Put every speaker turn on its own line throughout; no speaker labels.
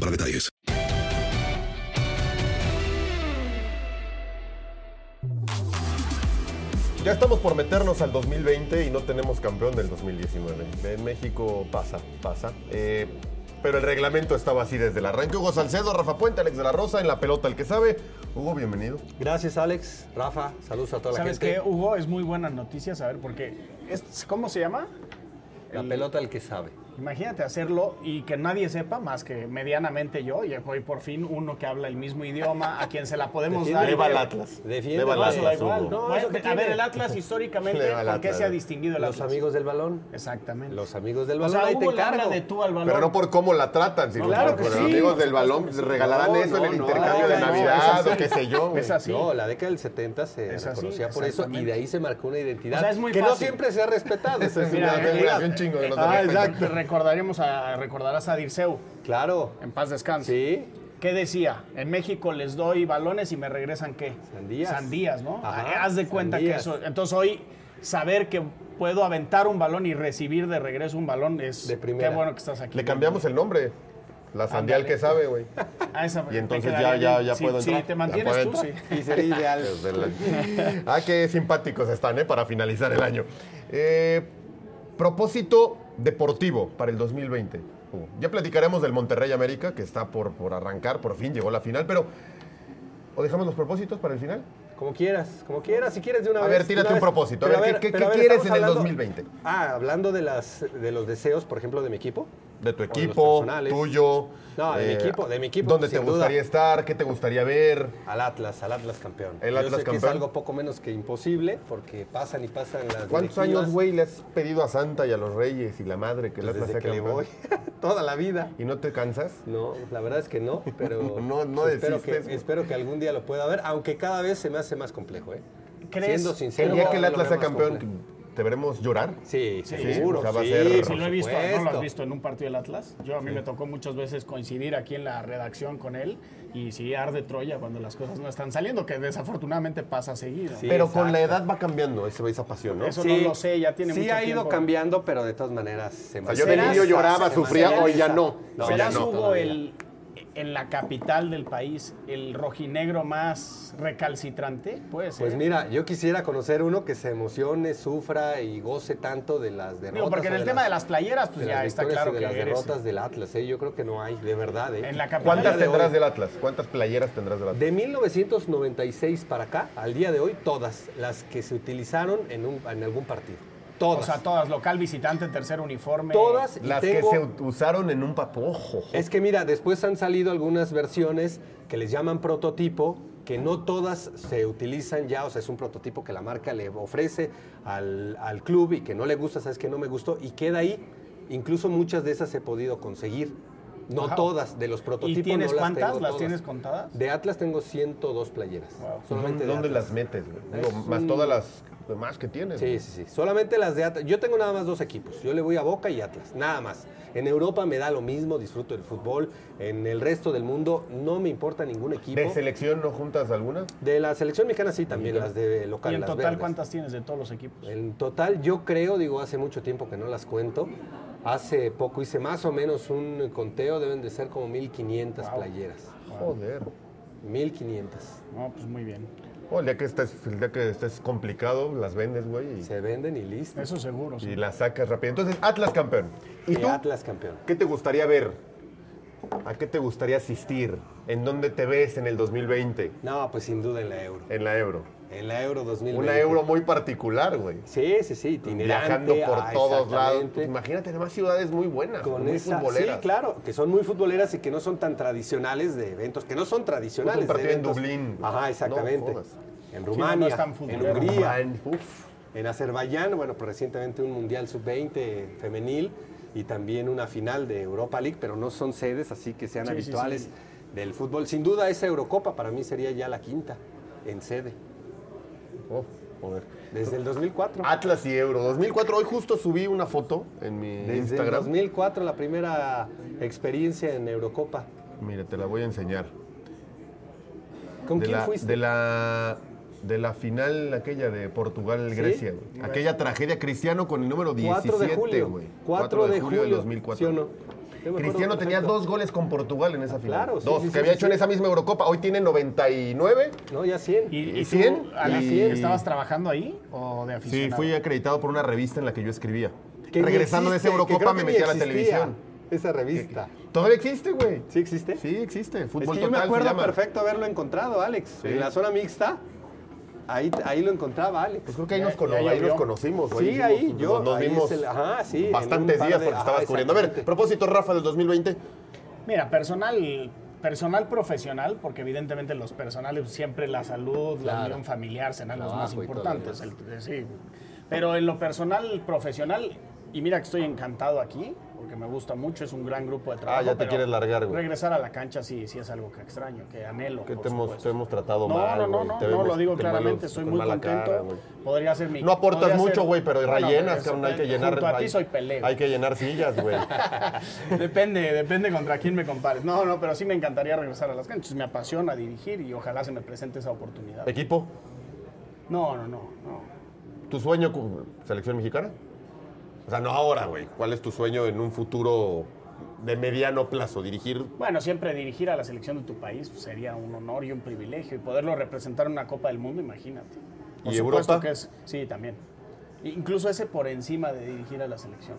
para detalles.
Ya estamos por meternos al 2020 y no tenemos campeón del 2019. En México pasa, pasa. Eh, pero el reglamento estaba así desde el arranque. Hugo Salcedo, Rafa Puente, Alex de la Rosa, en la pelota, el que sabe. Hugo, bienvenido.
Gracias, Alex. Rafa, saludos a toda
¿Sabes
la
qué,
gente.
Hugo? Es muy buena noticia saber porque... es- ¿Cómo se llama?
La pelota al que sabe.
Imagínate hacerlo y que nadie sepa más que medianamente yo y hoy por fin uno que habla el mismo idioma a quien se la podemos dar.
Le va al Atlas.
Defiende
Le va al
el
Atlas,
Atlas,
Hugo.
No,
Bueno,
eso que
a
tiene.
ver,
ver,
el
el Atlas históricamente,
Le va al
¿por qué
Atlas.
se ha distinguido el
Los
Atlas?
amigos del balón.
Exactamente.
Los amigos del
O
balón.
sea,
ahí te
Hugo le habla
cargo.
de tú al balón.
Pero no por cómo la tratan, sino
Claro
por
que
los
sí.
amigos del balón les regalarán
No,
eso en el
no, no,
intercambio de
no, no,
Navidad
es así.
o qué sé yo. güey.
Es así.
No, la década del 70 se
Es así,
reconocía por eso y de ahí se marcó una identidad
O sea, es muy
que no
fácil.
siempre se ha respetado.
Esa es
Mira,
una
eh,
generación chingo de los de
Ah,
repente.
exacto. Recordaremos a, recordarás a Dirceu,
Claro.
en paz descanse.
Sí.
¿Qué decía? En México les doy balones y me regresan qué?
Sandías.
Sandías, ¿no? Ah,
Ajá,
Haz de cuenta
sandías.
que eso. Entonces hoy saber que puedo aventar un balón y recibir de regreso un balón es
De primera.
qué bueno que estás aquí.
Le cambiamos el nombre. La sandial que sabe, güey.
A Ah, esa
Y
te
entonces
quedaría
ya, ya,
bien.
ya
Si-
puedo entrar.
Si te
Ya
mantienes
puedo
tú,
entrar.
sí.
Y sería ideal.
Desde la- Ah, qué simpáticos están, ¿eh? Para finalizar el año. Eh, propósito deportivo para el 2020. Hugo. Ya platicaremos del Monterrey América, que está por, por arrancar, por fin llegó la final, pero. ¿O dejamos los propósitos para el final?
Como quieras, como quieras, si quieres de una
A
vez.
ver,
de
tírate
una
un
vez.
propósito. A
Pero
ver, ¿qué- qué-
pero
qué quieres
estamos
en el
hablando-
2020?
Ah, hablando de, las, de los deseos, por ejemplo, de mi equipo.
De tu
O de los
equipo,
personales.
tuyo. eh,
No, de mi equipo, de mi equipo,
¿Dónde te
sin duda.
gustaría estar? ¿Qué te gustaría ver?
Al Atlas, al Atlas campeón.
El
Yo
Atlas
sé que
campeón.
es algo poco menos que imposible, porque pasan y pasan las
¿Cuántos
directivas
años, güey, le has pedido a Santa y a los Reyes y la madre que el Atlas
Pues Desde
sea
que le
campeón?
voy, toda la vida.
¿Y no te cansas?
No, la verdad es que no, pero pues
No, no
espero, que,
desistes, güey.
espero que algún día lo pueda ver, aunque cada vez se me hace más complejo, ¿eh?
¿Crees
Siendo
que
sincero.
El día que el
cada
Atlas sea
vez lo veo más
campeón,
complejo.
¿te veremos llorar?
Sí,
Sí,
seguro.
o sea, va a
sí,
ser-
por
Si lo he visto, ¿no lo
supuesto.
has visto en un partido del Atlas? Yo a mí me tocó muchas veces coincidir aquí en la redacción con él y sí arde Troya cuando las cosas no están saliendo, que desafortunadamente pasa seguido.
Sí,
Pero con
exacto.
la edad va cambiando ese- esa pasión, ¿no?
Eso no lo sé, ya tiene
sí
mucho
ha ido
tiempo.
cambiando, pero de todas maneras se
sea, yo de
materializa,
niño lloraba,
se
sufría, hoy ya
materializa.
no. Hoy ya
¿Serás
no.
Hugo
todavía.
el, en la capital del país el rojinegro más recalcitrante? Puede ser.
Pues mira, yo quisiera conocer uno que se emocione, sufra y goce tanto de las derrotas.
Digo, porque en
o
el
de
tema de las playeras, pues
de
ya
las
está
victorias
claro
y de
que
las
eres-
derrotas del Atlas, ¿eh? yo creo que no hay, de verdad. ¿eh?
En la capital.
¿Cuántas
Al día de
tendrás
hoy-
del Atlas? ¿Cuántas playeras tendrás del Atlas?
De 1996 para acá, al día de hoy, todas las que se utilizaron en, un- en algún partido. Todas.
O sea, todas, local, visitante, tercer uniforme.
Todas y
Las
tengo-
que se usaron en un papojo.
Es que mira, después han salido algunas versiones que les llaman prototipo, que no todas se utilizan ya, o sea, es un prototipo que la marca le ofrece al, al club y que no le gusta, sabes que no me gustó, y queda ahí. Incluso muchas de esas he podido conseguir. No
Wow.
todas, de los prototipos. no
tienes
las
cuántas?
tengo
¿Las
todas.
tienes contadas?
De Atlas tengo 102 playeras.
¿Dónde,
Solamente de
dónde
Atlas.
las metes? güey? Digo,
Es
más
un-
todas las demás que tienes.
Sí, sí, sí. Solamente las de Atlas. Yo tengo nada más dos equipos. Yo le voy a Boca y Atlas. Nada más. En Europa me da lo mismo, disfruto del fútbol. En el resto del mundo no me importa ningún equipo.
¿De selección no juntas alguna?
De la selección mexicana sí también, las de local.
¿Y en
las
total
verdes. Eh.
cuántas tienes de todos los equipos?
En total, yo creo, digo, hace mucho tiempo que no las cuento. Hace poco hice más o menos un conteo, deben de ser como 1500 playeras.
Joder.
1500.
No, pues muy bien.
Oh, el, día que estés, el día que estés complicado, las vendes, güey, y,
Se venden y listo.
Eso seguro. sí.
y las sacas rápido. Entonces, Atlas campeón. ¿Y
Y
tú?
Atlas campeón.
¿Qué te gustaría ver? ¿A qué te gustaría asistir? ¿En dónde te ves en el 2020?
No, pues sin duda en la Euro.
En la Euro.
En la Euro 2020.
Una Euro muy particular, güey.
Sí, sí, sí, itinerante.
Viajando por
ah,
todos lados.
exactamente.
Pues imagínate, además, ciudades muy buenas,
Con
muy
esa, sí,
futboleras.
claro, que son muy futboleras y que no son tan tradicionales de eventos, que no son tradicionales.
Un partido
de
en
eventos.
Dublín. No
Ajá, exactamente.
jodas.
en
no
Rumania,
es tan
en
futbolero.
Hungría,
Man, uf.
en Azerbaiyán, bueno, pues recientemente un Mundial Sub-20 femenil y también una final de Europa League, pero no son sedes así que sean
Sí, sí,
habituales
sí.
del fútbol. Sin duda, esa Eurocopa para mí sería ya la quinta en sede,
Oh, joder.
desde el 2004.
Atlas y Euro. 2004. Hoy justo subí una foto en mi
Desde el
Instagram.
2004, la primera experiencia en Eurocopa.
Mire, te la voy a enseñar.
¿Con
de
quién
la,
fuiste?
De la, de la final aquella de Portugal-Grecia, güey. Aquella tragedia Cristiano con el número 17,
4 de julio.
güey.
4,
4
de, julio
del 2004.
¿sí o no? Yo me
Cristiano
acuerdo
tenía
perfecto. Ah,
dos goles con Portugal en esa final.
claro, sí,
dos,
sí,
que
sí,
había
sí,
hecho
sí.
en esa misma Eurocopa. Hoy tiene 99.
No, ya 100.
¿Y,
¿Y
y tú,
100?
a la
Y-
100, estabas trabajando ahí o de aficionado?
Sí, fui acreditado por una revista en la que yo escribía.
Que ni
Regresando de esa
existe, que
Eurocopa
creo
me
que ni
metí a la
existía
televisión.
Esa revista.
Todavía existe, güey.
¿Sí existe?
Sí, existe.
Es
Fútbol total
que yo me
se
acuerdo
llama.
perfecto haberlo encontrado, Alex. En la zona mixta, ahí, ahí lo encontraba Alex.
Pues creo que ahí,
Ya-
nos, cono-
ya
ahí
llovió.
nos conocimos. güey.
Sí,
Hicimos-
ahí, yo,
Nos
ahí es
vimos
el- ajá, sí, en un
bastantes
par
días
de-
porque
ajá,
estabas cubriendo. A ver,
exactamente.
propósito, Rafa, del 2020.
Mira, personal, personal profesional, porque evidentemente los personales siempre la salud, la unión familiar serán los más
Trabajo y todo lo
importantes. el- eh, sí. Pero en lo personal, profesional, y mira que estoy encantado aquí, porque me gusta mucho, es un gran grupo de trabajo.
Ah, ya te
pero
quieres largar, güey.
Regresar a la cancha sí, sí es algo que extraño, que anhelo.
Que
por
te hemos,
supuesto.
te hemos tratado
No,
mal.
no, no,
güey,
no,
te
no,
vemos
lo digo
con
claramente,
malos-
soy
con
muy
mala
contento.
cara, güey.
podría ser mi
no aportas
podría
mucho,
ser-
güey, pero
Bueno,
rellenas,
eso, eh,
cabrón, hay que
junto
llenar.
a ti
hay-
soy peleo.
Hay que llenar sillas, güey.
Depende, depende contra quién me compares. No, no, pero sí me encantaría regresar a las canchas. Me apasiona dirigir y ojalá se me presente esa oportunidad.
Equipo,
No, no, no, no.
¿tu sueño con selección mexicana? O sea, no ahora, güey. ¿Cuál es tu sueño en un futuro de mediano plazo? Dirigir
Bueno, siempre dirigir a la selección de tu país pues, sería un honor y un privilegio. Y poderlo representar en una Copa del Mundo, imagínate. Por
¿Y
supuesto
Europa?
que es. Sí, también. E Incluso ese por encima de dirigir a la selección.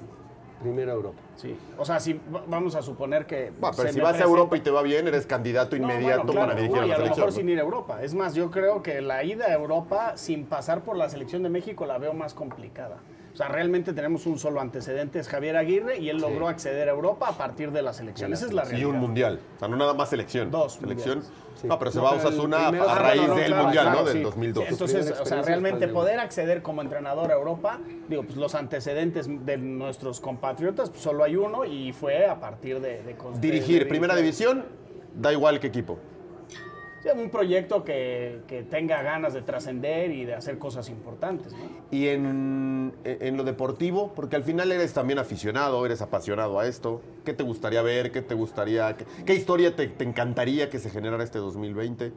Primera Europa.
Sí. O sea, si va- vamos a suponer que.
Va, pero
se
si
me
vas a
presenta-
Europa y te va bien, eres candidato
No,
inmediato
bueno, claro,
para dirigir
no,
a
y
la
a lo
selección.
mejor
¿no?
sin ir a Europa. Es más, yo creo que la ida a Europa sin pasar por la selección de México la veo más complicada. O sea, realmente tenemos un solo antecedente, es Javier Aguirre, y él logró acceder a Europa a partir de la selección. Esa es la realidad.
Y un mundial. O sea, no nada más selección.
Dos
Selección.
mundiales.
No, pero se
No,
va a
pero el
Osasuna
primero-
a
Ah,
raíz
no, no,
del
claro,
mundial,
claro,
¿no? Del
sí.
2002.
Sí, entonces,
Sufrir
o sea,
experiencias
realmente
españolas.
poder acceder como entrenador a Europa, digo, pues los antecedentes de nuestros compatriotas, pues, solo hay uno y fue a partir de... de cons- de-
Dirigir
de-
primera división, da igual qué equipo.
Sí, un proyecto que, que tenga ganas de trascender y de hacer cosas importantes, ¿no?
Y en, e-, en lo deportivo, porque al final eres también aficionado, eres apasionado a esto. ¿Qué te gustaría ver? ¿Qué te gustaría? ¿Qué, qué historia te, te encantaría que se generara este 2020?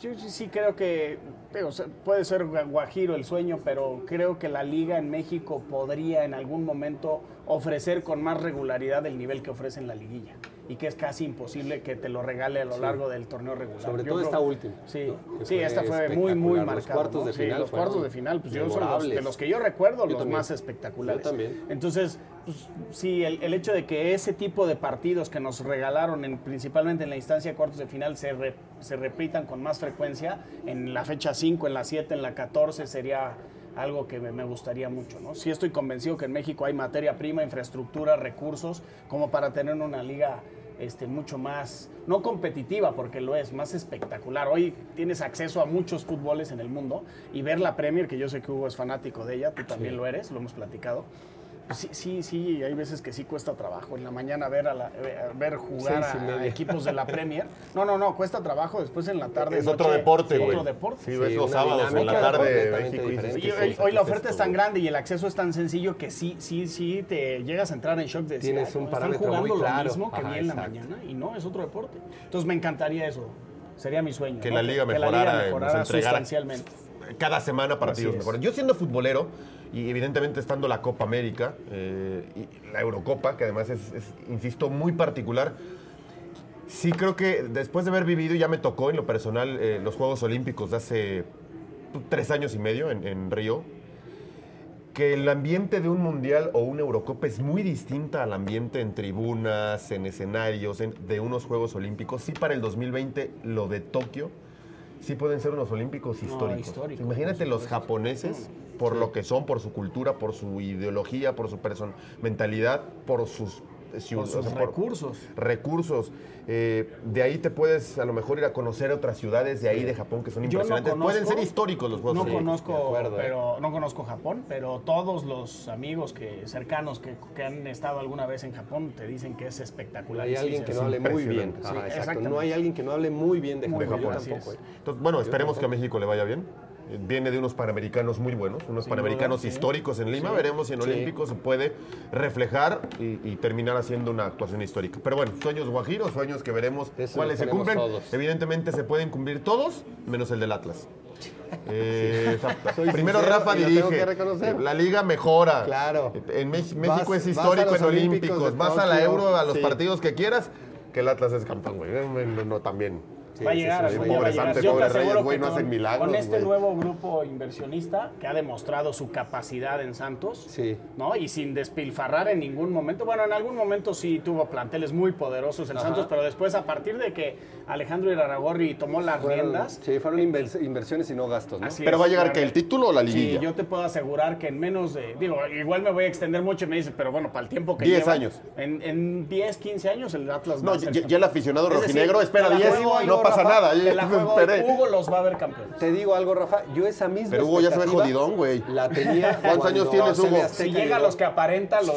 Yo sí, sí creo que digo, se- puede ser gua- guajiro el sueño, pero creo que la liga en México podría en algún momento ofrecer con más regularidad el nivel que ofrece en la liguilla y que es casi imposible que te lo regale a lo largo del torneo regular.
Sobre
Yo
todo
creo-
esta última,
Sí,
¿no? Que
sí
fue
esta fue muy, muy
espectacular.
marcada.
Los cuartos
¿no?
de
Sí,
final
los cuartos
fueron
de final, pues yo son los,
memorables.
de los que yo recuerdo
Yo
los
también.
más espectaculares.
Yo también.
Entonces, pues, sí, el, el hecho de que ese tipo de partidos que nos regalaron, en, principalmente en la instancia de cuartos de final, se, re- se repitan con más frecuencia en la fecha 5, en la 7, en la 14, sería algo que me me gustaría mucho, ¿no? Sí estoy convencido que en México hay materia prima, infraestructura, recursos, como para tener una liga este, mucho más, no competitiva porque lo es, más espectacular. Hoy tienes acceso a muchos fútboles en el mundo y ver la Premier, que yo sé que Hugo es fanático de ella, tú también lo eres, lo hemos platicado. Pues Sí, sí, sí, hay veces que sí cuesta trabajo. En la mañana ver, a la- eh, ver jugar
Seis y
a- a,
media.
equipos de la Premier. No, no, no, cuesta trabajo. Después en la tarde.
Es otro
noche,
deporte,
es
güey.
Otro deporte.
Sí, ves
Sí,
los
una
sábados en la
dinámica
tarde de
completamente
México. y dices,
diferente.
¿qué
Y hoy,
es
hoy la
esto,
oferta es tan
güey?
grande y el acceso es tan sencillo que sí, sí, sí, te llegas a entrar en shock de decir,
Tienes
"Ay,
un
no, están
parámetro
jugando
muy claro".
lo mismo que
Ajá,
vi en la
exacto.
mañana y no, es otro deporte. Entonces me encantaría eso. Sería mi sueño.
Que
¿no?
la liga
que
mejorara, eh,
mejorara
nos entregara.
sustancialmente.
cada semana
Así
partidos
es.
mejores. Yo siendo futbolero y evidentemente estando la Copa América eh, y la Eurocopa, que además es, es, insisto, muy particular, sí creo que después de haber vivido, ya me tocó en lo personal eh, los Juegos Olímpicos de hace tres años y medio en, en Río, que el ambiente de un mundial o una Eurocopa es muy distinta al ambiente en tribunas, en escenarios, en- de unos Juegos Olímpicos. Sí para el 2020 lo de Tokio sí pueden ser unos olímpicos históricos.
históricos,
Imagínate
por
los
supuesto.
japoneses, por lo que son, por su cultura, por su ideología, por su person- mentalidad, por sus, eh, ciud-
Por
o
sus
sea, por-
recursos.
recursos. Eh, de ahí te puedes a lo mejor ir a conocer otras ciudades de ahí de Japón que son
Yo no
impresionantes.
conozco-
pueden ser históricos los Juegos
No
Olímpicos.
conozco,
de acuerdo, ¿eh?
pero no conozco Japón, pero todos los amigos que cercanos que, que han estado alguna vez en Japón te dicen que es espectacular.
hay
Y sí,
alguien
sí,
que
sí.
no hable muy bien.
impresionante.
Ajá,
Sí,
exacto.
exactamente.
No hay alguien que no hable muy bien de
Muy
Japón.
bien,
Yo
así
tampoco.
es.
¿eh?
Entonces, bueno, esperemos que a México le vaya bien. Eh, Viene de unos panamericanos muy buenos, unos panamericanos
duda, sí.
históricos en Lima. Veremos si en Olímpico se puede reflejar y, y terminar haciendo una actuación histórica. Pero bueno, sueños guajiros, sueños que veremos
Eso
cuáles
lo
se
tenemos
cumplen.
todos.
Evidentemente se pueden cumplir todos, menos el del Atlas. Eh, exacto.
Soy
Primero
sincero
Rafa
y lo
dirige.
tengo que reconocer.
La liga mejora.
Claro.
En Mex-
Vas-
México es
vas a
histórico
los
en Olímpicos.
Olímpicos de
vas a la
Tokio.
Euro, a los
Sí.
partidos que quieras. Que el Atlas es campeón, güey. Eh, No, no, también.
Sí,
va a
sí,
llegar,
sí,
algún
sí.
día va a
Pobres
llegar.
ante
Yo te
pobres
aseguro
reyes, güey,
que
no
con-
hacen milagros,
Con este
güey.
nuevo grupo inversionista que ha demostrado su capacidad en Santos,
Sí.
¿no? Y sin despilfarrar en ningún momento. Bueno, en algún momento sí tuvo planteles muy poderosos en Santos, pero después, a partir de que Alejandro Iraragorri tomó las
Fueron-
riendas,
Sí, fueron invers- inversiones y no gastos. ¿no?
Así
Pero
es,
va a llegar
la
que el
verdad.
título o la
Sí,
liguilla.
yo te puedo asegurar que en menos de. Digo, igual me voy a extender mucho y me dice, pero bueno, para el tiempo que
10
lleva,
años.
En, en 10, 15 años el Atlas va
No,
a ser
ya, ya
campeón.
el aficionado
Es decir,
rojinegro espera
te la
10,
juego hoy,
no pasa
Rafa,
nada.
te
yo
la
me
juego hoy,
esperé.
Hugo los va a ver campeones.
Te digo algo, Rafa. Yo esa misma.
Pero Hugo ya se ve
expectativa
jodidón, güey.
La tenía.
¿Cuántos
cuando
años tienes,
se ve
Hugo?
Azteca
Si
y
llega a
llegó.
los que aparentan, lo-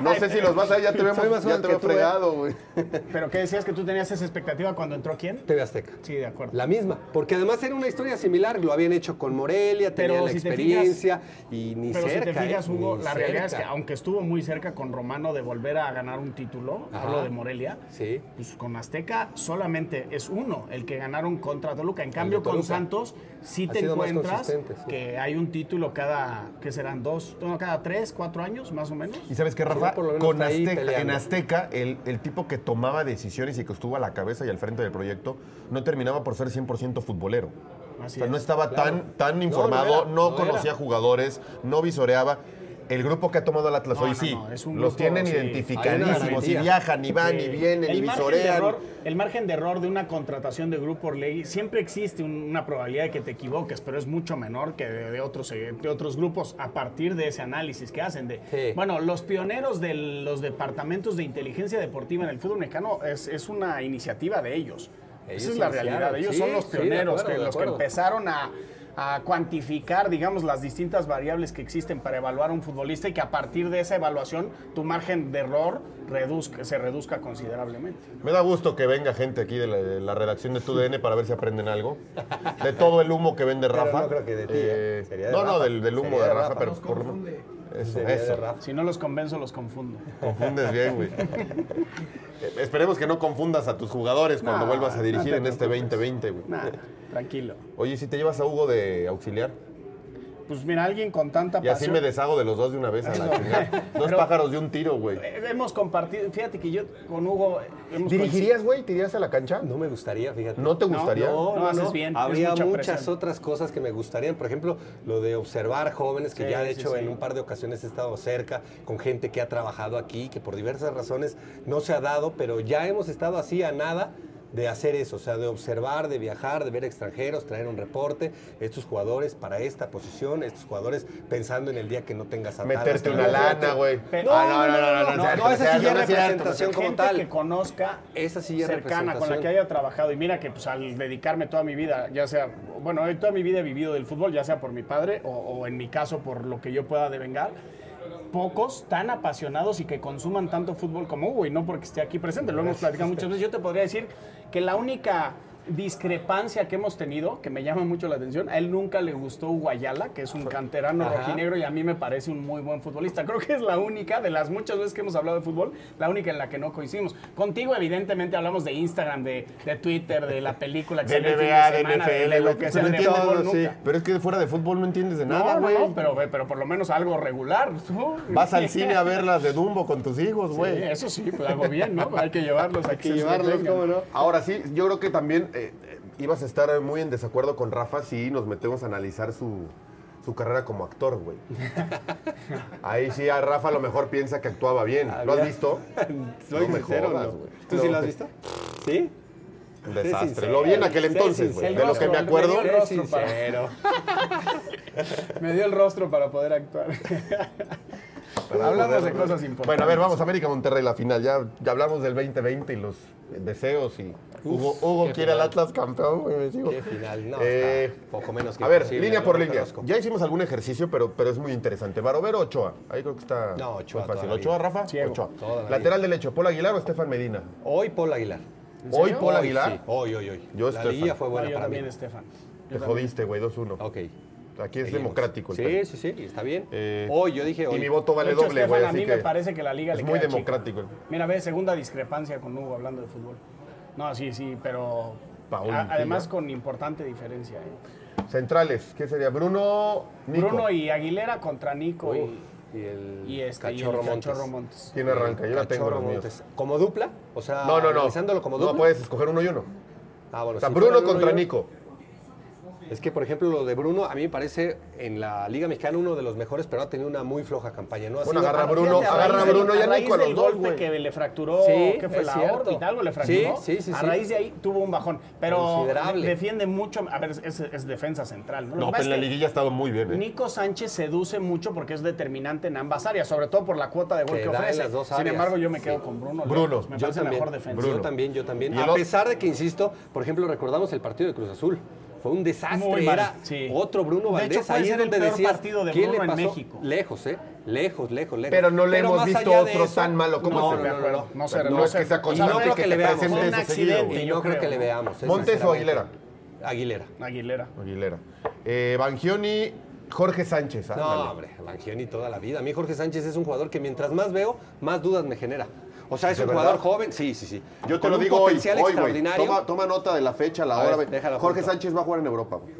No sé si los vas a ver, ya te
Soy
vemos,
más
ya
joven
te
que
veo
tú, ¿eh?
fregado, güey.
Pero ¿qué decías que tú tenías esa expectativa cuando entró quién?
TV Azteca.
Sí, de acuerdo.
La misma, porque además era una historia similar, lo habían hecho con Morelia,
Pero
tenían la
si te
experiencia y ni
Pero
cerca.
si te fijas,
¿eh?
Hugo,
Ni
la realidad es que
cerca.
aunque estuvo muy cerca con Romano de volver a ganar un título,
Ajá.
hablo de Morelia,
Sí.
pues con Azteca solamente es uno el que ganaron contra Toluca. En cambio, con
Toluca.
Santos sí
Ha
te
sido más
encuentras
consistente, sí.
que hay un título cada, ¿qué serán? Dos, no, cada tres, cuatro años, más o menos.
¿Y sabes qué,
Rafa?
Rafa?
por lo menos
Con
está ahí
Azteca, en
peleando.
Azteca, el, el tipo que tomaba decisiones y que estuvo a la cabeza y al frente del proyecto, no terminaba por ser 100% futbolero.
Así
o sea, no
es.
estaba
Claro.
tan, tan
No,
informado, no,
no era, no
conocía
era.
jugadores, no visoreaba. El grupo que ha tomado el Atlas
No,
hoy
no,
sí,
no, es un
los
grupo,
tienen
sí.
Hay una
identificadísimos y
garantía.
viajan y van y vienen y
el margen, de
visorean.
error, el margen de error de una contratación de Grupo Orlegui siempre existe un- una probabilidad de que te equivoques, pero es mucho menor que de, de otros, eh, de otros grupos a partir de ese análisis que hacen. De,
Sí.
Bueno, los pioneros de los departamentos de inteligencia deportiva en el fútbol mexicano es, es una iniciativa de ellos.
Ellos
Esa es la
iniciaron,
realidad. Ellos
sí,
son los
sí, de
pioneros,
acuerdo,
que,
de
los que
acuerdo.
empezaron a, a cuantificar, digamos, las distintas variables que existen para evaluar a un futbolista y que a partir de esa evaluación tu margen de error reduzca, se reduzca considerablemente.
Me da gusto que venga gente aquí de la, de la redacción de TUDN para ver si aprenden algo. De todo el humo que vende
Pero
Rafa.
no creo que de ti, ¿eh? Sería de
no, no,
Rafa.
del, del humo
Sería
de
de
Rafa,
Rafa,
pero
nos
por lo- Eso,
Sería de
eso.
Rafa.
Si no los convenzo, los confundo.
Confundes bien, güey. Eh, Esperemos que no confundas a tus jugadores cuando
No,
vuelvas a dirigir
no te
en este
preocupes.
2020, güey.
Nada, tranquilo.
Oye, ¿y si te llevas a Hugo de auxiliar?
Pues mira, alguien con tanta
Y así
pasión.
me deshago de los dos de una vez a la
Eso.
chingada. Dos
Pero-
pájaros de un tiro, güey.
Eh, Hemos compartido, fíjate que yo con Hugo eh, hemos
¿Dirigirías, güey? ¿Te irías a la cancha?
No me gustaría, fíjate.
¿No te gustaría?
No,
No,
no,
haces
no.
bien, es
Habría
mucha
muchas
presión.
otras cosas que me gustarían. Por ejemplo, lo de observar jóvenes, que
Sí,
ya de
sí,
hecho
sí.
en un par de ocasiones he estado cerca, con gente que ha trabajado aquí, que por diversas razones no se ha dado, pero ya hemos estado así a nada de hacer eso, o sea, de observar, de viajar, de ver extranjeros, traer un reporte, estos jugadores para esta posición, estos jugadores pensando en el día que no tengas atadas,
Meterte
que
una
no-
lana, güey.
Pero-
Ah, no, no, no, no,
no,
no,
no, esa sí ya
no, no,
es representación
Gente
como tal.
que conozca,
Esa sí ya es
cercana, con la
representación.
que haya trabajado. Y mira que pues, al dedicarme toda mi vida, ya sea, bueno, hoy toda mi vida he vivido del fútbol, ya sea por mi padre o, o en mi caso por lo que yo pueda devengar. Pocos tan apasionados y que consuman tanto fútbol como Hugo, y no porque esté aquí presente, lo hemos platicado muchas veces. Yo te podría decir que la única discrepancia que hemos tenido, que me llama mucho la atención, a él nunca le gustó Guayala, que es un canterano
Ajá.
rojinegro y a mí me parece un muy buen futbolista. Creo que es la única de las muchas veces que hemos hablado de fútbol, la única en la que no coincidimos. Contigo, evidentemente, hablamos de Instagram, de, de Twitter, de la película que
De
salió el fin
NBA, de
semana, de,
NFL,
lo
güey.
que
pues,
sea,
no
de
entiendes,
fútbol
sí.
nunca.
Pero es que de fuera de fútbol no entiendes de
No,
nada,
no,
güey.
no, pero, pero por lo menos algo regular. ¿no?
Vas al cine a ver las de Dumbo con tus hijos,
Sí,
güey.
eso sí, pues hago bien, ¿no? Hay que llevarlos aquí.
Ahora sí, yo creo que también eh, eh, ibas a estar muy en desacuerdo con Rafa si nos metemos a analizar su, su carrera como actor, güey. Ahí sí, a Rafa a lo mejor piensa que actuaba bien. ¿Lo has
Había-
visto?
Ah, Soy
No me
sincero,
jodas,
¿no?
güey.
¿Tú sí lo has visto? ¿Sí?
Un desastre.
sincero,
Lo vi en aquel
sé
entonces, güey.
sincero.
De lo que me
Me
acuerdo.
dio el
Sé
rostro para-
sincero.
Me dio el rostro para poder actuar. Hablamos de cosas importantes.
Bueno, a ver, vamos, América Monterrey, la final. Ya, ya hablamos del 2020 y los deseos y. Hugo, Hugo
qué
quiere al
final.
Atlas campeón, güey, me sigo.
Qué final, no,
Eh,
está poco menos que
A ver,
imposible,
línea
no
por
lo
línea.
conozco.
Ya hicimos algún ejercicio, pero, pero es muy interesante. ¿Barovero o Ochoa? Ahí creo que está
No,
muy
Ochoa
fácil.
toda la
¿Ochoa,
vida.
Rafa?
Ciego,
Ochoa.
toda la
Lateral derecho, ¿Paul Aguilar o Estefan Medina?
Hoy Paul Aguilar.
Hoy Paul
Hoy,
Aguilar.
sí, Hoy, hoy, hoy.
Yo
la
estoy
liguilla
fan.
fue
Bueno,
buena
Ah, yo
para
también,
mí.
Estefan.
Te jodiste, güey, 2-1.
Ok.
Aquí es
seguimos.
democrático. el
Sí,
pedo.
sí, sí, está bien.
Eh,
hoy, yo dije hoy.
Y mi voto vale
De hecho,
doble,
Estefan,
güey.
a
así
mí me parece que la liga
es
le
muy
queda chica.
democrático.
Mira, ve, segunda discrepancia con Hugo hablando de fútbol. No, sí, sí, pero
Paul
a-
Villa.
además con importante diferencia. ¿eh?
Centrales, ¿qué sería? Bruno, Nico.
Bruno y Aguilera contra Nico
Uf,
y,
y el
y este, y el
cachorro Montes.
Cachorro Montes.
¿Quién arranca? Yo la tengo
Cachorro
los míos.
Montes. ¿Como dupla? O sea,
No, no, no.
analizándolo como dupla.
No puedes escoger uno y uno.
Ah, bueno,
O sea,
si fuera
Bruno
uno y
contra
uno.
Nico.
Es que, por ejemplo, lo de Bruno, a mí me parece en la Liga Mexicana uno de los mejores, pero ha tenido una muy floja campaña. ¿no? Ha
Bueno,
sido-
agarra
Ah,
Fíjate,
Bruno,
a
agarra
raíz de-
Bruno y a
raíz
Nico a los
del
dos,
golpe
güey.
que le fracturó,
Sí,
que fue
es
la
cierto.
órbita, algo le fracturó.
Sí, sí, sí,
A
sí.
raíz de ahí tuvo un bajón, pero
Considerable.
defiende mucho, a ver, es, es defensa central. Lo que
No,
pasa
pero en la
es que
liguilla ha estado muy bien, ¿eh?
Nico Sánchez seduce mucho porque es determinante en ambas áreas, sobre todo por la cuota de gol
Te
que
da en
ofrece.
las dos
Sin
áreas.
embargo, yo me quedo con Bruno.
Bruno.
López, me
Yo
parece
también,
mejor defensa.
Bruno.
Yo también, yo también.
Y el
A
o-
pesar de que, insisto, por ejemplo, recordamos el partido de Cruz Azul. Fue un desastre,
Muy mal,
era
sí.
otro Bruno
De
Valdés.
hecho, puede
Ahí
ser
es
el
donde
peor
decías,
partido de
¿qué
Bruno
le
en
pasó?
México.
Lejos, ¿eh? Lejos, lejos, lejos.
Pero no le hemos
más
visto
allá de
otro
eso-
tan malo como
no,
este.
No, no, no.
No sé,
no,
no
es
sé.
que sea
Y no
constante
creo
que,
que
te
le veamos.
presente
Fue
un
eso seguido,
accidente.
güey.
Y
yo
no creo
creo.
que le veamos. eh,
¿Montes o
sinceramente.
Aguilera?
Aguilera.
Aguilera.
Aguilera. Eh, Bangioni, Jorge Sánchez.
No,
ándale.
hombre, Mangioni toda la vida. A mí Jorge Sánchez es un jugador que mientras más veo, más dudas me genera. O sea, es
¿De
un
verdad?
jugador joven. Sí, sí, sí.
Yo te
Con
lo
un
digo hoy,
potencial
hoy, güey.
extraordinario.
Toma, toma nota de la fecha, la
A
hora.
ver,
güey.
déjala
Jorge
junto.
Sánchez va a jugar en Europa. güey.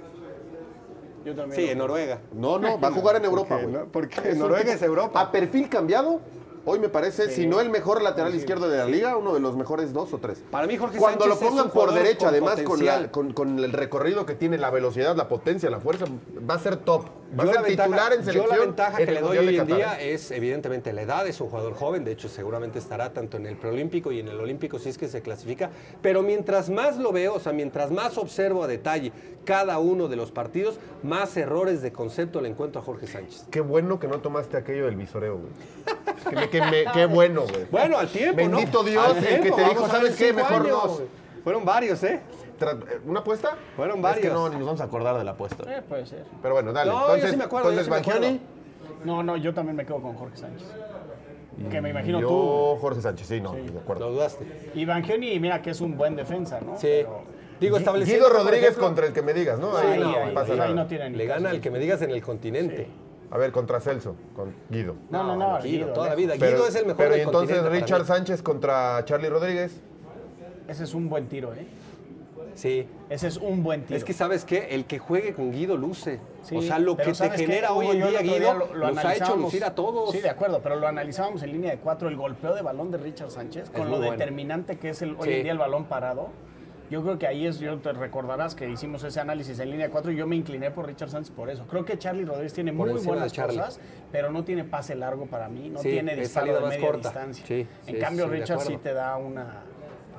Yo también.
Sí, en Noruega.
No, no, va a jugar en Europa,
qué
güey.
no? ¿Por qué?
un
Noruega
tipo-
es Europa.
A perfil cambiado, hoy me parece, si no el mejor lateral izquierdo de la liga, uno de los mejores dos o tres.
Para mí, Jorge
Cuando
Sánchez
lo
es
pongan
un
por
jugador
derecha,
con
además, con, la-
potencial.
con- con el recorrido que tiene, la velocidad, la potencia, la fuerza, va a ser top. Va
Yo
a
la
ser
ventaja-
titular en selección.
Yo la ventaja
en
que
el
le doy
Mundial de
hoy en
Qatar.
día es, evidentemente, la edad. Es un jugador joven. De hecho, seguramente estará tanto en el preolímpico y en el olímpico si es que se clasifica. Pero mientras más lo veo, o sea, mientras más observo a detalle cada uno de los partidos, más errores de concepto le encuentro a Jorge Sánchez.
Qué bueno que no tomaste aquello del visoreo, güey. Que me- que me- qué bueno, güey.
Bueno, al tiempo, ¿no?
Bendito Dios,
Al
el
tiempo,
que te
vamos
dijo,
a
¿sabes
ver
qué?
cinco
Mejor
años,
no.
güey. Fueron varios, ¿eh?
Tra- ¿Una apuesta?
Fueron
Es que
varios.
no, ni nos vamos a acordar de la apuesta.
Eh, puede ser.
Pero bueno, dale.
No, yo
entonces,
sí me acuerdo, yo
entonces
sí me acuerdo.
Bangioni
No, no, yo también me quedo con Jorge Sánchez. Que
y
me imagino
yo,
tú.
Jorge Sánchez. Sí, no, de acuerdo.
Lo dudaste.
Y Bangioni, mira que es un buen defensa, ¿no?
Sí.
Pero-
Digo, estableciendo.
Guido
por
Rodríguez
ejemplo,
contra el que me digas, ¿no?
ahí,
ahí no,
ahí,
pasa
ahí
nada.
no tiene ni
Le
caso.
gana al que me digas en el continente.
A ver, contra Celso, con Guido.
No, no, no.
Guido,
Guido,
toda la
lejos.
vida. Guido es el mejor
pero
del
y entonces
continente para
Richard
mí.
Sánchez contra Charlie Rodríguez.
Ese es un buen tiro, ¿eh?
Sí.
Ese es un buen tiro.
Es que sabes qué, el que juegue con Guido luce.
Sí,
o sea, lo
pero
que te
¿sabes qué?
genera
Hugo
hoy
y
en
yo el
día
otro
Guido nos ha hecho
analizábamos.
lucir a todos.
Sí, de acuerdo, pero lo analizábamos en línea de cuatro, el golpeo de balón de Richard Sánchez, con
muy
lo
bueno.
determinante que es el, hoy
Sí.
en día el balón parado. Yo creo que ahí es, yo te recordarás que hicimos ese análisis en línea de cuatro y yo me incliné por Richard Sánchez por eso. Creo que Charlie Rodríguez tiene
Por
muy
encima de
buenas
Charlie.
cosas, pero no tiene pase largo para mí, no
Sí,
tiene
es
disparo
salida
de
más
media
corta.
distancia.
Sí,
en
sí,
cambio,
sí, de
Richard sí
acuerdo.
te da una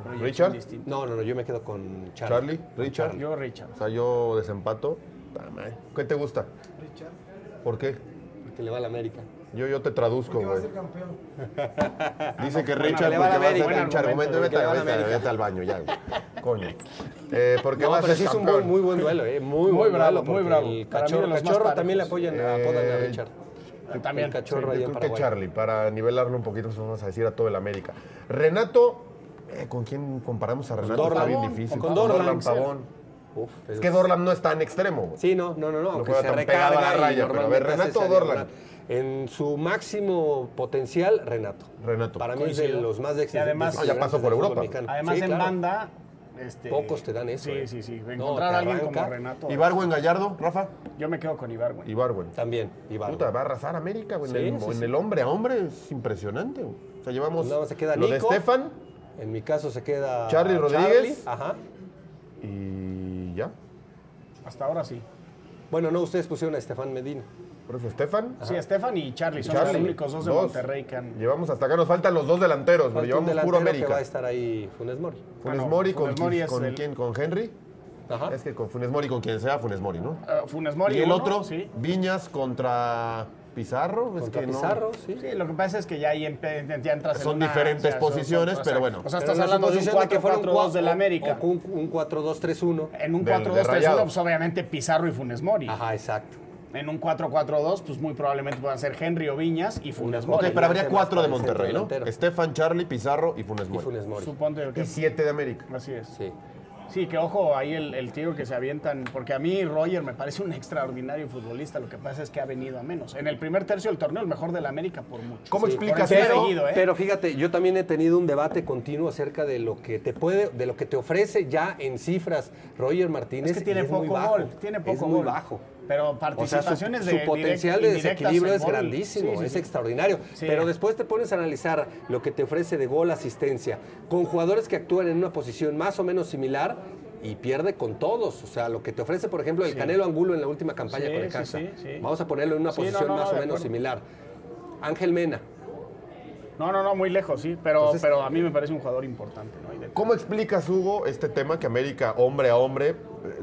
proyección
¿Richard?
distinta.
No, no, no, yo me quedo con Charlie.
Charlie, Richard.
Yo, Richard.
O sea, yo desempato. Ta madre. ¿Qué te gusta? ¿Por qué?
Que le va a la América.
Yo, yo te traduzco, güey. Dice que Richard
le va
porque va a ser
a la América. Buen
pinche argumento.
argumento,
Vete,
que le va a la
vete-
América.
vete al baño ya, güey. Coño. Eh, porque
No,
va a
pero
ser
sí es un
campeón.
buen- muy buen duelo, ¿eh? Muy,
Muy
buen
bravo,
duelo
muy
porque
bravo. Para
El
mí de
cachorro,
los más
cachorro
parejos.
también le apoyan, apodan a
Eh,
Richard.
también,
El cachorro
Yo
allá en
creo que
Paraguay.
Charlie, para nivelarlo un poquito, pues vamos a decir a todo el América. Renato, eh, ¿con quién comparamos a Renato? Está
Dorlan.
bien difícil.
Con Dorlan, Axel.
Pavón.
Uf,
Es que Dorlan no es tan extremo, güey.
Sí, no, no, no, no. aunque
juega
se
tan pegado a la
recarga y
raya, pero a ver,
normalmente hace
¿Renato o
esa
Dorlan?
diagonal. En su máximo potencial, Renato.
Renato.
Para mí es de
Coincido.
los más de
Y además-
No, ya pasó por Europa.
Además,
Sí,
en
claro.
banda. este,
Pocos te dan eso,
Sí,
eh.
sí, sí.
No,
Encontrar
te
a alguien
arranca.
como Renato.
Ibargüen Gallardo, Rafa.
Yo me quedo con Ibargüen.
Ibargüen.
También, Iván.
Puta, va a arrasar América, güey. en, el,
Sí, sí,
en
sí.
el hombre a hombre es impresionante. güey. O sea, llevamos
Nada más se queda
lo de
Nico.
Estefan
En mi caso se queda.
Charlie Rodríguez.
Ajá.
y ya.
Hasta ahora sí.
Bueno, no, ustedes pusieron a Estefan Medina.
Por eso Estefan.
Sí, Estefan y Charlie son los
Charlie,
únicos dos de
dos.
Monterrey que han.
Llevamos hasta acá, nos faltan los dos delanteros, güey.
Falta
Llevamos
un
puro
delantero que
América.
va a estar ahí Funes Mori.
Funes
Ah, no,
Mori,
Funes
¿con,
Mori
quién,
es
con
el-
quién? ¿Con Henry?
Ajá.
Es que con Funes Mori, con quien sea, Funes Mori, ¿no?
Ah, Funes Ah. Mori.
y el
uno,
otro,
Sí.
Viñas contra Pizarro. es
Contra
que no-
Pizarro, sí.
Sí, lo que pasa es que ya ahí empe- ya entras en
Son
una-
diferentes
o sea, son-
posiciones,
o sea,
pero bueno.
O sea,
Pero
estás
la
hablando de un
suposición que fueron
4-4-2 del
cuatro-
América.
o con un, un 4-2-3-1.
En un
Del-
4-2-3-1,
de
pues obviamente Pizarro y Funes Mori.
Ajá, exacto.
En un 4-4-2, pues muy probablemente puedan ser Henry o Viñas y Funes
Ok,
Mori.
pero habría
más
cuatro de
para el
Monterrey, ¿no?
centrodelantero.
Estefan, Charlie, Pizarro y Funes
Y
Mori.
Funes Mori.
Suponte que
Y siete de América.
Así es. Sí.
Sí.
que ojo ahí el, el tiro que se avientan, porque a mí Roger me parece un extraordinario futbolista, lo que pasa es que ha venido a menos. En el primer tercio del torneo, el mejor del América por mucho.
¿Cómo
Sí,
explicas
por el
eso?
seguido, ¿eh?
Pero fíjate, yo también he tenido un debate continuo acerca de lo que te puede, de lo que te ofrece ya en cifras Roger Martínez.
es que tiene
y muy
poco
bajo.
gol, tiene poco
es muy
gol.
bajo.
Pero
O sea, su,
participaciones
su
de direct-
potencial de
indirectas
desequilibrio
en
es
gol.
grandísimo,
Sí, sí,
es
sí.
extraordinario.
Sí.
Pero después te pones a analizar lo que te ofrece de gol, asistencia, con jugadores que actúan en una posición más o menos similar y pierde con todos. O sea, lo que te ofrece, por ejemplo, el Canelo Angulo en la última campaña
Sí,
con el
sí,
Caxa.
sí, sí.
Vamos a ponerlo en una
Sí, no,
posición
no, no,
más o
de
menos
acuerdo.
similar. Ángel Mena,
No, no, no, muy lejos, sí. Pero,
Entonces-
pero a mí me parece un jugador importante, ¿no? Y de-
¿Cómo explicas, Hugo, este tema que América, hombre a hombre, eh,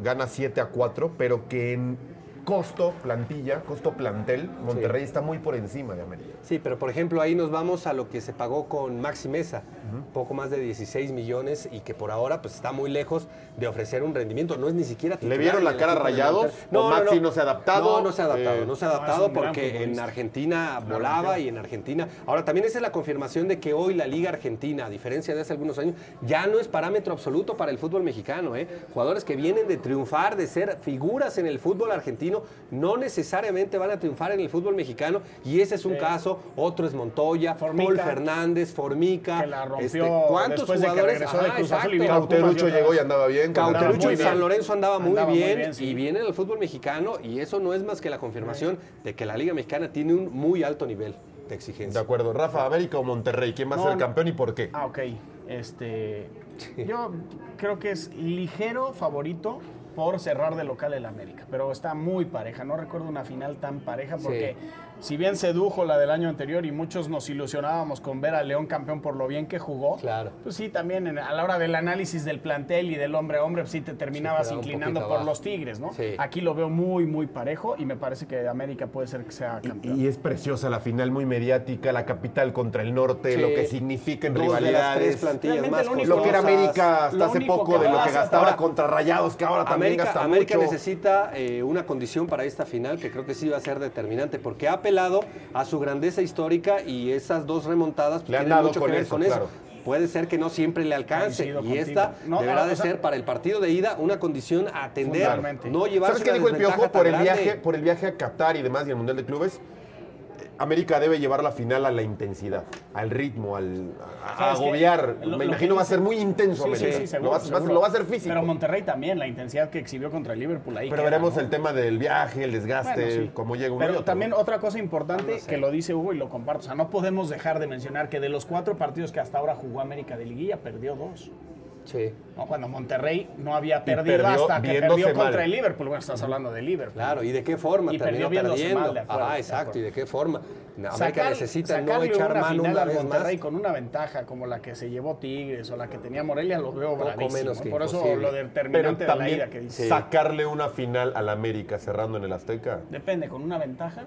gana 7 a 4, pero que en costo plantilla, costo plantel, Monterrey está muy por encima de América?
Sí, pero por ejemplo ahí nos vamos a lo que se pagó con Maxi Mesa, poco más de 16 millones y que por ahora pues está muy lejos de ofrecer un rendimiento, no es ni siquiera titular
¿Le vieron
en
la
el
cara
equipo de
Rayados?
Monterrey.
¿O Maxi no se ha adaptado?
No, no se ha adaptado,
Eh,
no se ha
no, es un
adaptado
gran
porque en
futbolista.
Argentina volaba y en Argentina. Ahora también esa es la confirmación de que hoy la Liga Argentina, a diferencia de hace algunos años, ya no es parámetro absoluto para el fútbol mexicano, ¿eh? Jugadores que vienen de triunfar, de ser figuras en el fútbol argentino, no necesariamente van a triunfar en el fútbol mexicano y ese es un caso, otro es Montoya,
Formica.
Paul Fernández, Formica, Este,
Que la rompió
¿cuántos
después de que
jugadores?
regresó de
Ajá,
Cruz Azul y
exacto.
vino a Pumas y
Cauterucho
otra
llegó y
vez.
andaba bien.
Andaba
Cauterucho
Ah, muy
en
bien.
San Lorenzo andaba muy
Andaba muy
bien,
bien, sí.
y viene el fútbol mexicano y eso no es más que la confirmación de que la Liga Mexicana tiene un muy alto nivel de
De
exigencia.
acuerdo. Rafa, América o Monterrey, ¿quién va a
No,
ser
no.
campeón y por qué?
Ah, ok. Este, yo creo que es ligero favorito por cerrar de local el América, pero está muy pareja. No recuerdo una final tan pareja porque si bien sedujo la del año anterior y muchos nos ilusionábamos con ver a León campeón por lo bien que jugó,
Claro.
pues sí, también en- a la hora del análisis del plantel y del hombre a hombre, pues sí te terminabas
quedaba un
inclinando
poquito
por
abajo.
los Tigres, ¿no?
Sí.
Aquí lo veo muy, muy parejo y me parece que América puede ser que sea campeón.
Y es preciosa la final, muy mediática, la capital contra el norte,
Sí.
lo que significa en
Dos de las tres
rivalidades.
plantillas
Realmente
más
lo único-
Lo que era
costosas.
América hasta
Lo
hace
único
poco,
que
de lo que
pasa
gastaba
ahora-
contra Rayados, que ahora también
América,
gasta
América
mucho.
necesita eh, una condición para esta final que creo que sí va a ser determinante porque ha apelado a su grandeza histórica y esas dos remontadas pues,
Le han
tienen
dado
mucho
con
que ver
eso,
con eso.
claro.
Puede ser que no siempre le alcance y
Coincido contigo.
esta
No,
deberá
o
de
sea-
ser para el partido de ida una condición a atender,
Fundamentalmente.
no llevarse
¿Sabes qué
una
dijo el
desventaja
Piojo
tan
por el,
grande.
viaje, por el viaje a Qatar y demás y el Mundial de Clubes? eh, América debe llevar la final a la intensidad, al ritmo, al, a, a
¿Sabes qué?
agobiar.
Lo-
Me
lo
imagino
que
va a ser
dice-
muy intenso
Sí, sí,
América.
sí, seguro,
lo, va, a- va a-
seguro.
lo va a ser físico.
Pero Monterrey también, la intensidad que exhibió contra el Liverpool ahí.
Pero
queda,
veremos
¿no?
el tema del viaje, el desgaste,
Bueno, sí.
cómo llega uno
Pero
y otro.
también otra cosa importante
Ah,
que lo dice Hugo y lo comparto. O sea, no podemos dejar de mencionar que de los cuatro partidos que hasta ahora jugó América de Liguilla, perdió dos.
Sí.
¿no? Cuando Monterrey no había perdido
perdió
hasta que
viéndose
perdió contra
mal.
el Liverpool. Bueno, estás hablando de Liverpool.
Claro, y de qué forma
Y
terminó
perdió viéndose
perdiendo.
mal, de acuerdo,
ah,
de
exacto,
acuerdo.
y de qué forma. América
Sacar-
necesita no
sacarle
echar
una
mano
final
una
al
vez
Monterrey
más.
con una ventaja como la que se llevó Tigres o la que tenía Morelia, los veo
Poco
bravísimos.
menos que
Por eso
imposible.
lo
Pero
determinante de la ida que
también
dice.
sacarle una final al América cerrando en el Azteca.
Depende, con una ventaja.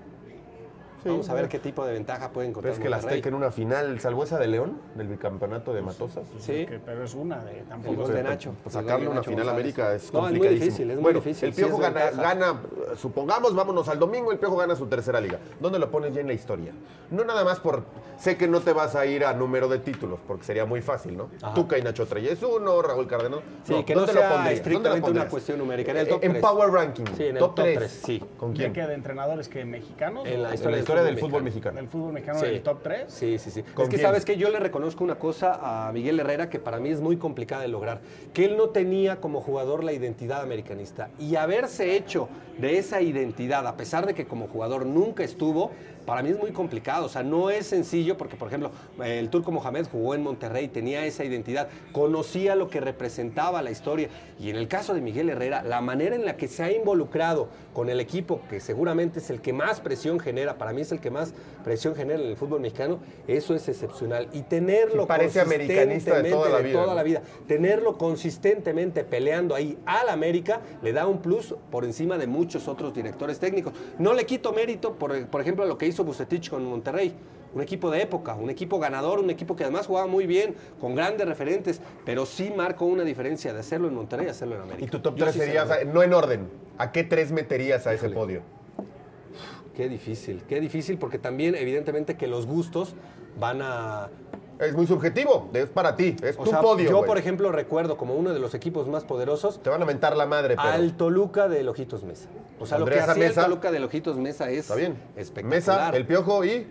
Vamos a ver qué tipo de ventaja pueden encontrar.
¿Crees que el
Monterrey.
Azteca en una final, salvo esa de León, del bicampeonato de Matosas?
Sí,
que- pero es una de
el
tampoco.
gol de Nacho.
Pues
el gol
sacarle
de
una
Nacho
final a
González.
América es
No, es
complicadísimo.
muy difícil, es muy
bueno,
difícil.
El
sí es
Piojo gana,
ventaja.
gana, eh, supongamos, vámonos al domingo, el Piojo gana su tercera liga. ¿Dónde lo pones ya en la historia? No nada más por, sé que no te vas a ir a número de títulos, porque sería muy fácil, ¿no? Tuca y Nacho Treyes es uno, Raúl Cardenal.
Sí, que no
¿dónde
sea
pondrías?
estrictamente una
pondrías? Eh,
cuestión numérica, en el top tres.
Power Ranking.
Sí, en el
top
top
3.
tres, sí.
¿Con
¿De
quién?
qué? ¿De entrenadores que mexicanos?
En la
¿O
historia,
la historia del fútbol mexicano.
¿Del fútbol mexicano
Sí.
del top 3?
Sí, sí, sí. Es
¿Con
que
quién?
sabes que yo le reconozco una cosa a Miguel Herrera que para mí es muy complicada de lograr, que él no tenía como jugador la identidad americanista y haberse hecho de esa identidad, a pesar de que como jugador nunca estuvo, para mí es muy complicado, o sea, no es sencillo porque, por ejemplo, el turco Mohamed jugó en Monterrey, tenía esa identidad, conocía lo que representaba la historia y en el caso de Miguel Herrera, la manera en la que se ha involucrado con el equipo, que seguramente es el que más presión genera, para mí es el que más presión genera en el fútbol mexicano, eso es excepcional. Y tenerlo
Sí, parece americanista de toda la
consistentemente,
vida, ¿no?
vida, tenerlo consistentemente peleando ahí al América le da un plus por encima de muchos otros directores técnicos. No le quito mérito, por, por ejemplo, a lo que hizo Bucetich con Monterrey. Un equipo de época, un equipo ganador, un equipo que además jugaba muy bien, con grandes referentes, pero sí marcó una diferencia de hacerlo en Monterrey a hacerlo en América.
Y tu top
Yo
3
sí se
sería,
lo doy.
o sea, no en orden. ¿A qué tres meterías a ese podio?
Qué difícil, qué difícil, porque también, evidentemente, que los gustos van a,
Es muy subjetivo, es para ti, es
O
tu
sea,
podio.
Yo,
güey.
por ejemplo, recuerdo como uno de los equipos más poderosos
Te van a mentar la madre, pero.
al Toluca de Lojitos Mesa. O sea, lo que
Andrea
hacía el
Mesa.
Toluca de Lojitos Mesa es
Está bien.
espectacular.
Mesa, el piojo y.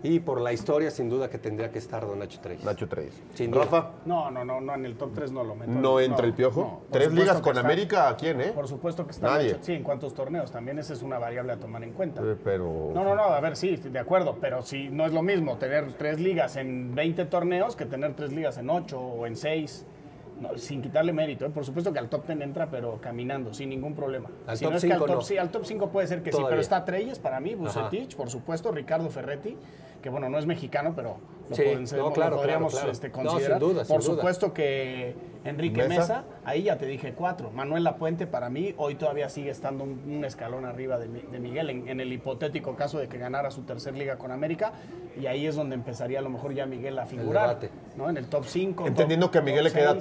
Y por la historia, sin duda, que tendría que estar Don Nacho Treyes.
Nacho Treyes.
Sin duda.
Rafa,
No, no, no, no, en el top 3 no lo meto.
no entra el piojo.
no, por
Tres
supuesto
ligas
que
con
está-
América, ¿a quién, eh?
Por supuesto que está
Nadie.
mucho- Sí, en cuántos torneos, también esa es una variable a tomar en cuenta.
Eh, Pero.
No, no, no, a ver, sí, de acuerdo, pero sí, no es lo mismo tener tres ligas en 20 torneos que tener tres ligas en 8 o en 6, sin quitarle mérito. ¿eh? Por supuesto que al top 10 entra, pero caminando, sin ningún problema.
Al
si
top
no es que al
cinco
top,
no.
sí, al top 5 puede ser que sí,
Todavía.
pero está Treyes para mí,
Ajá.
Bucetich, por supuesto, Ricardo Ferretti, que bueno, no es mexicano, pero lo,
Sí,
pueden ser-
no,
lo
claro,
podríamos
claro, claro.
este,
No,
considerar.
sin duda, sin
por
duda.
supuesto que Enrique
Mesa.
Mesa. ahí ya te dije cuatro. Manuel Lapuente para mí hoy todavía sigue estando un, un escalón arriba de, Mi- de Miguel en, en el hipotético caso de que ganara su tercer liga con América y ahí es donde empezaría a lo mejor ya Miguel a figurar,
debate.
¿no? En el top 5.
Entendiendo que a Miguel le queda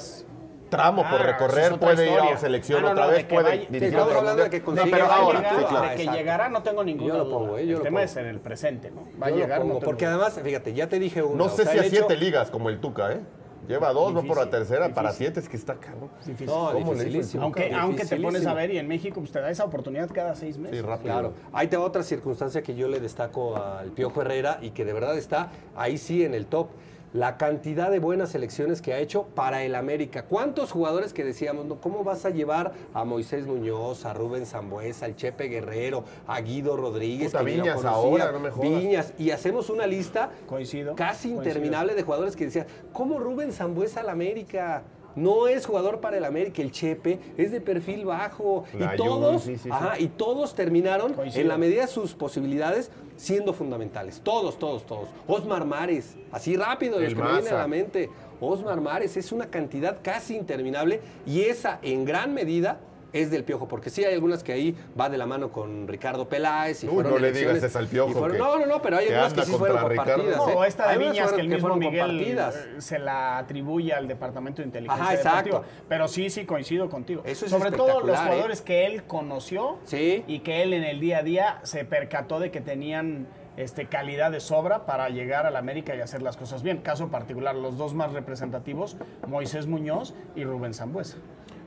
tramo por
Ah, esa es
recorrer,
otra
puede ir a
historia.
selección
Ah, no,
otra
no, de
vez,
que
puede
vaya- sí,
dirigir
estamos
otro
hablando
mundial.
de que
No,
pero
consiga-
pero
va
ahora,
llegando,
sí, claro.
de que
Exacto.
llegará no tengo ninguna
Yo lo
duda.
pongo, ¿eh? Yo
el
lo
tema
pongo.
es en el presente, ¿no? Va
Yo
a
lo
llegar no
pongo,
tengo
porque
duda.
además, fíjate, ya te dije uno.
No sé si a
el hecho-
siete ligas como el Tuca, ¿eh? Lleva dos, va por la
Difícil,
tercera. Para
difícil.
siete es que está caro.
Difícil.
No,
¿Cómo le hizo?
dificilísimo.
aunque, aunque te pones a
Dificilísimo.
ver y en México pues, te da esa oportunidad cada seis meses.
Sí, rápido.
Claro. Ahí te va otra circunstancia que yo le destaco al Piojo Herrera y que de verdad está ahí sí en el top. La cantidad de buenas selecciones que ha hecho para el América. ¿Cuántos jugadores que decíamos, no, cómo vas a llevar a Moisés Muñoz, a Rubén Zambuesa, al Chepe Guerrero, a Guido Rodríguez?
Puta,
que ni lo
Viñas
conocía,
ahora, no me jodas.
Viñas. Y hacemos una lista
Coincido,
casi
coincido.
interminable de jugadores que decían, ¿cómo Rubén Zambuesa al América? No es jugador para el América, el Chepe, es de perfil bajo.
La
y todos,
Jun, sí, sí, sí.
ajá, y todos terminaron
Coincido.
en la medida de sus posibilidades siendo fundamentales. Todos, todos, todos. Osmar Mares, así rápido, los
El
que me vienen a
Maza.
la mente. Osmar Mares es una cantidad casi interminable y esa en gran medida es del piojo, porque sí hay algunas que ahí va de la mano con Ricardo Peláez y
Uy,
fueron
no le
elecciones
digas es al
y
Piojo,
fueron-
que-
no, no, no, pero hay
que
algunas que
anda
sí fueron
contra Ricardo.
compartidas.
No,
¿eh?
o esta de
Hay unas
Viñas que el
fueron-
mismo
fueron
Miguel
compartidas.
eh, se la atribuye al Departamento de Inteligencia
Ajá, exacto.
Deportiva. Pero sí, sí, coincido contigo.
Eso es
Sobre todo los
espectacular, ¿eh?
jugadores que él conoció
Sí.
y que él en el día a día se percató de que tenían este, calidad de sobra para llegar al América y hacer las cosas bien. Caso particular, los dos más representativos, Moisés Muñoz y Rubén Zambuesa.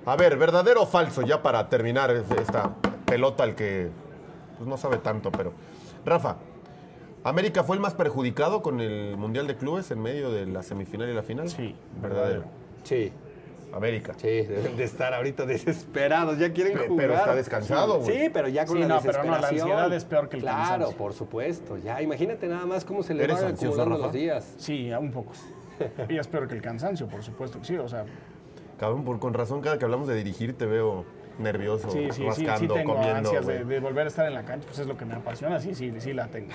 A ver, verdadero o falso, ya para terminar es- esta pelota al que pues, no sabe tanto, pero. Rafa, ¿América fue el más perjudicado con el Mundial de Clubes en medio de la semifinal y la final?
Sí,
verdadero.
Sí,
América.
sí, deben de estar ahorita desesperados, ya quieren
Pe-
jugar.
pero está descansado, güey.
Sí, pero ya con
Sí,
la
no, pero no, la
desesperación.
ansiedad es peor que el
Claro,
cansancio.
por supuesto. Ya, imagínate nada más cómo se le
¿Eres
van
ansioso,
acumulando
Rafa?
los días.
Sí, un poco. Y espero que el cansancio, por supuesto que sí. O sea,
Cabrón, por, con razón, cada que hablamos de dirigir te veo nervioso,
Sí, sí, sí, sí
rascando,
tengo
comiendo.
ansias de,
güey.
de volver a estar en la cancha, pues es lo que me apasiona, sí, sí, sí la tengo.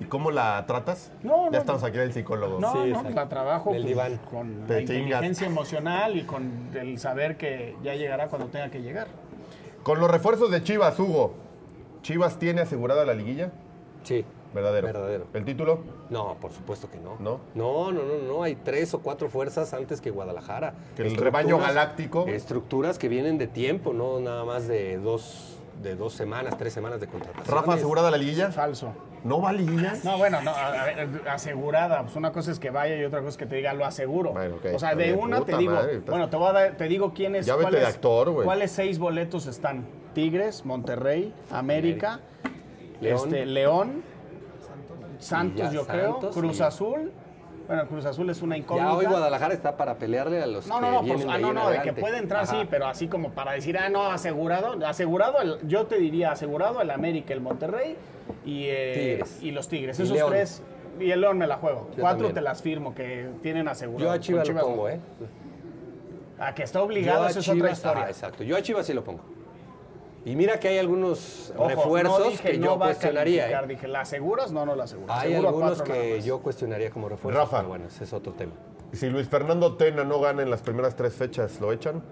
¿Y cómo la tratas?
No,
ya
no,
estamos
no.
aquí del psicólogo.
No, no,
exacto.
la trabajo
Del
pues,
diván.
con
Te
la
chingas.
inteligencia emocional y con el saber que ya llegará cuando tenga que llegar.
Con los refuerzos de Chivas, Hugo. ¿Chivas tiene asegurada la liguilla?
Sí.
Verdadero.
Verdadero.
¿El título?
No, por supuesto que no.
¿No?
No, no, no, no. Hay tres o cuatro fuerzas antes que Guadalajara.
Que el
Estructuras-
rebaño galáctico.
Estructuras que vienen de tiempo, no nada más de dos, de dos semanas, tres semanas de contratación.
¿Rafa asegurada la liguilla?
Falso.
¿No va a liguilla?
No, bueno, no, a- a ver, asegurada. Pues una cosa es que vaya y otra cosa es que te diga, lo aseguro.
Bueno, ok.
O sea, de
Oye,
una te
puta
digo,
madre, estás-
bueno, te voy a dar- te digo quiénes,
Ya vete de
cuáles,
actor, güey.
cuáles seis boletos están. Tigres, Monterrey, América,
León.
este, León Santos,
Y ya
yo creo,
Santos,
Cruz
sí.
Azul. Bueno, Cruz Azul es una incógnita.
Ya hoy Guadalajara está para pelearle a los
No,
que
no, no, por
vienen
su-
de
ah,
ahí
no,
en
no, de que
adelante.
puede entrar
Ajá.
sí, pero así como para decir, ah, no, asegurado, asegurado, el- yo te diría asegurado el América, el Monterrey y, eh,
Tigres.
y los Tigres,
Y
esos
León.
tres. Y el León me la juego.
Yo
Cuatro
también.
te las firmo que tienen asegurado.
Yo a
Con
Chivas lo
Chivas
pongo,
no.
¿eh?
A que está obligado,
Yo a
eso es otra
Chivas-
historia.
ah, exacto. Yo a Chivas sí lo pongo. Y mira que hay algunos
Ojo,
refuerzos
no dije
que
no
yo
va a
cuestionaría. ¿eh?
calificar, Dije, ¿la aseguras? No, no la aseguro.
Hay
Aseguro a
algunos
cuatro nada
que
más.
yo cuestionaría como refuerzos.
Rafa.
Pero bueno, ese es otro tema.
Si Luis Fernando Tena no gana en las primeras tres fechas, ¿lo echan?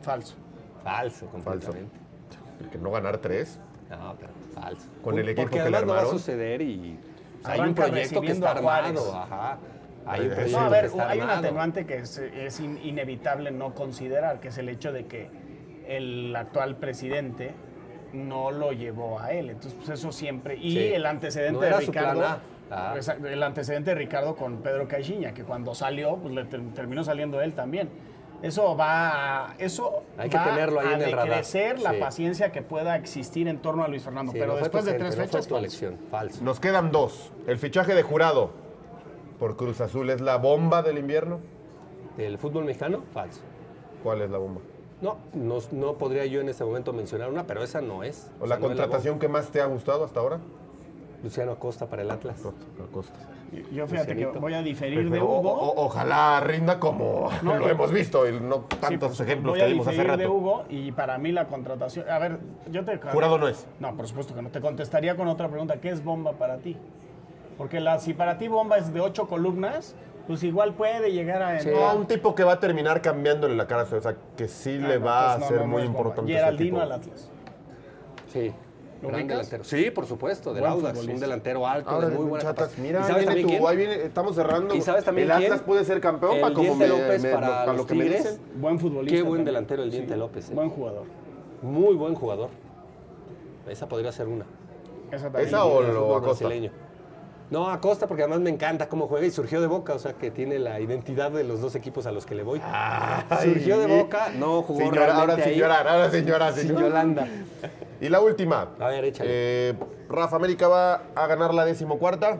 Falso.
Falso.
Falso, completamente.
Porque no ganar tres.
No, pero falso.
Con el equipo
Porque
que le
además no va a
armaron.
suceder y o sea, hay
Arranca
un proyecto que
recibiendo
está
a Juárez.
armado. Ajá. Hay un
No, a
proyecto
No, a
que
ver,
está
hay un
armado.
atenuante que es, es in- inevitable no considerar, que es el hecho de que el actual presidente no lo llevó a él. Entonces, pues eso siempre. Y
Sí.
el antecedente
No
de
era su
Ricardo.
plan A. Ah.
Exacto, El antecedente de Ricardo con Pedro Caixinha, que cuando salió, pues le ter- terminó saliendo él también. Eso va a, eso
Hay que
va
tenerlo ahí
a
en el radar.
decrecer la
Sí.
paciencia que pueda existir en torno a Luis Fernando.
Sí, no
Pero
fue
después de tres
presente, no fue
fechas, pues,
tu
falso.
elección. Falso.
Nos quedan dos. El fichaje de jurado por Cruz Azul es la bomba del invierno.
¿Del fútbol mexicano? Falso.
¿Cuál es la bomba?
No, no, no podría yo en este momento mencionar una, pero esa no es.
¿O
sea,
la
no es
contratación que más te ha gustado hasta ahora?
bomba. Luciano Acosta para el Atlas.
Acosta.
Yo fíjate que
Lucianito.
voy a diferir de
O-
Hugo.
o- ojalá rinda como
No,
lo
yo-
hemos visto y no
Sí,
tantos
pues,
ejemplos
voy
que
a
vimos hace
diferir de
rato.
Hugo y para mí la contratación. A ver, yo te.
Jurado no es.
No, por supuesto que no. Te contestaría con otra pregunta. ¿Qué es bomba para ti? Porque la, si para ti bomba es de ocho columnas, pues igual puede llegar a.
No, a un tipo que va a terminar cambiándole la cara, o sea, que sí
Ah,
le
no,
va
entonces
a
no,
ser
no, no
muy
es bomba.
importante. ese
Geraldino
tipo.
al Atlas.
Sí.
¿Lo
Gran
ubicas?
delantero. Sí, por supuesto, del
Buen
Audax. Un
futbolista.
delantero alto,
Ahora,
de muy buena
chatas, Ah,
capacidad.
mira,
¿Y sabes
viene
también
tu,
quién?
ahí viene- estamos cerrando.
¿Y sabes también
El
quién?
Atlas puede ser campeón,
El
para como
Diente
me-
López
me-
para
para lo
los
que me
Tigres.
dicen.
Buen futbolista.
Qué buen
también.
delantero el Diente López. eh.
Buen jugador.
Muy buen jugador. Esa podría ser una.
Esa también.
Esa Ah, o-
del
lo
fútbol
Acosta?
brasileño. No, Acosta, porque además me encanta cómo juega y surgió de Boca, o sea que tiene la identidad de los dos equipos a los que le voy. surgió de Boca, no jugó
Sin llorar,
realmente
ahora sin
ahí.
llorar, ahora sin llorar, sin
Sin
llorar.
Yolanda.
Y la última.
A ver, échale.
Eh, Rafa América va a ganar la decimocuarta.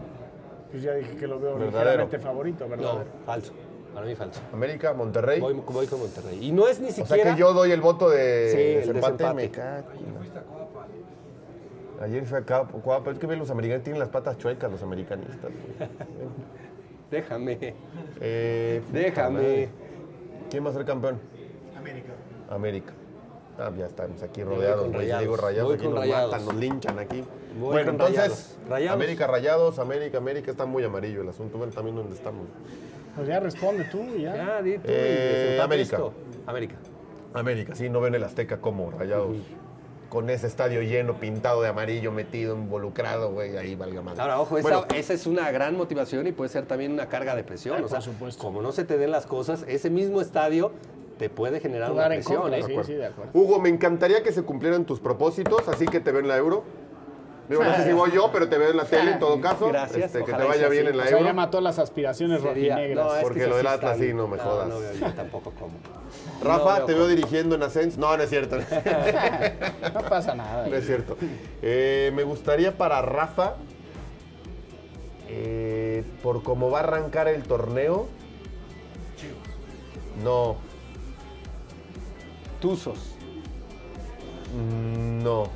Pues ya dije que lo veo
Verdadero.
ligeramente favorito,
No,
¿verdad?
falso. Para mí falso.
América, Monterrey.
Voy, voy con Monterrey. Y no es ni
o sea
siquiera.
que yo doy el voto de
Sí, el
desempate.
desempate.
me cago en la- Ayer fui a Cuapa. Cuapa. Es que ve, los americanos tienen las patas chuecas, los americanistas.
Déjame,
Eh,
déjame.
¿Quién va a ser campeón? América. América. Ah, ya estamos aquí rodeados,
con
güey. Si
Rayados.
digo rayados,
Voy
aquí
con
nos
Rayados.
matan, nos linchan aquí.
Voy
bueno,
con
entonces,
Rayados. Rayados.
América rayados, América, América, está muy amarillo el asunto. Bueno, también donde estamos.
Pues ya responde tú, y ya.
Ya, di tú, y
Eh,
desempate
América.
esto. América.
América, sí, no ven el Azteca como rayados. Con ese estadio lleno, pintado de amarillo, metido, involucrado, güey, ahí valga madre.
Ahora, ojo, esa,
Bueno, eh, Ah,
esa es una gran motivación y puede ser también una carga de presión. o sea, como no se te den las cosas, ese mismo estadio te puede generar una
Jugar en
presión.
contra,
¿eh?
sí, sí, de acuerdo.
Hugo, me encantaría que se cumplieran tus propósitos, así que te veo en la Euro. Digo, no sé si voy yo, pero te veo en la tele en todo caso.
Gracias,
Este, que te
ojalá y
vaya
sea
bien
así.
en la
O sea,
Euro.
ya mató las aspiraciones
Sería-
rojinegras.
no, eh. es que
Porque
eso
lo del
sí
Atlas
está-
sí, no me jodas.
No, yo tampoco como.
Rafa,
No veo
te veo dirigiendo en Ascens. No, no es cierto.
No pasa nada.
No es cierto. Eh, me gustaría para Rafa, eh, por cómo va a arrancar el torneo. No,
Tuzos.
mm, no.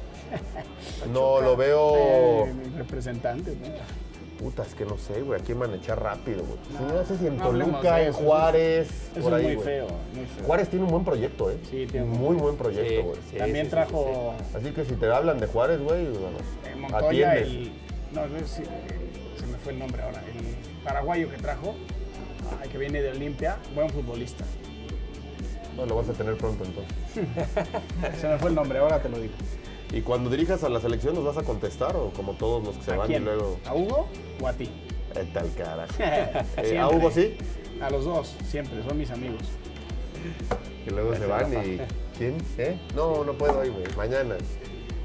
No, lo veo.
Eh, mi representante. ¿no?
Puta, es que no sé, güey. Aquí van a echar rápido, güey. Si
No,
no haces en
no hablemos
Toluca,
de
en
eso, es-
Juárez.
Eso
por ahí,
es muy
güey.
feo, muy feo.
Juárez tiene un buen proyecto, ¿eh?
Sí, tiene un
Muy buen
Sí,
proyecto, güey.
sí,
También
sí, sí,
trajo
Así que si te hablan de Juárez, güey, pues, bueno,
eh, Montoya
atiendes.
el. No, no sé, el- se me fue el nombre ahora. El paraguayo que trajo, ah, que viene de Olimpia, buen futbolista.
No, lo vas a tener pronto entonces.
Se me fue el nombre, ahora te lo digo.
¿Y cuando dirijas a la selección nos vas a contestar o como todos los que se
¿A
van y
quién?
luego...
¿A Hugo o a ti?
Vete al carajo. Eh,
Siempre.
¿A Hugo sí?
A los dos, siempre, son mis amigos.
Que luego se van y... ¿Quién? ¿Eh? No, no puedo hoy, güey. Mañana.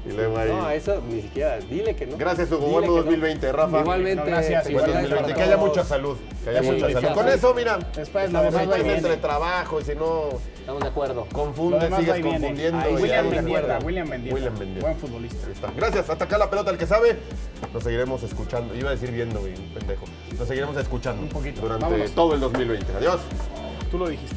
Y luego ahí...
No, eso ni siquiera. Dile que no.
Gracias, Hugo.
Dile
Buen
que no.
2020, Rafa.
No,
Igualmente,
gracias,
Buen
igual.
felicidades
2020.
para
Que haya
todos.
mucha salud. Que haya
Sí,
mucha salud.
felicidades.
Con eso, mira.
Después,
la
lo demás
verdad
va y
es entre
viene.
trabajo, si no
Estamos de acuerdo.
Lo
confundes,
demás va
sigues
y viene.
confundiendo.
Ahí
y
William
ya no te
Mendieta,
acuerdas.
William Mendieta.
William Mendieta.
Buen futbolista.
Ahí está. Gracias, hasta acá la pelota, el que sabe. Nos seguiremos escuchando. Iba a decir viendo, güey, un pendejo. Nos seguiremos escuchando. Un
poquito.
Durante
Vámonos.
todo el 2020. Adiós.
Tú lo dijiste.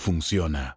funciona.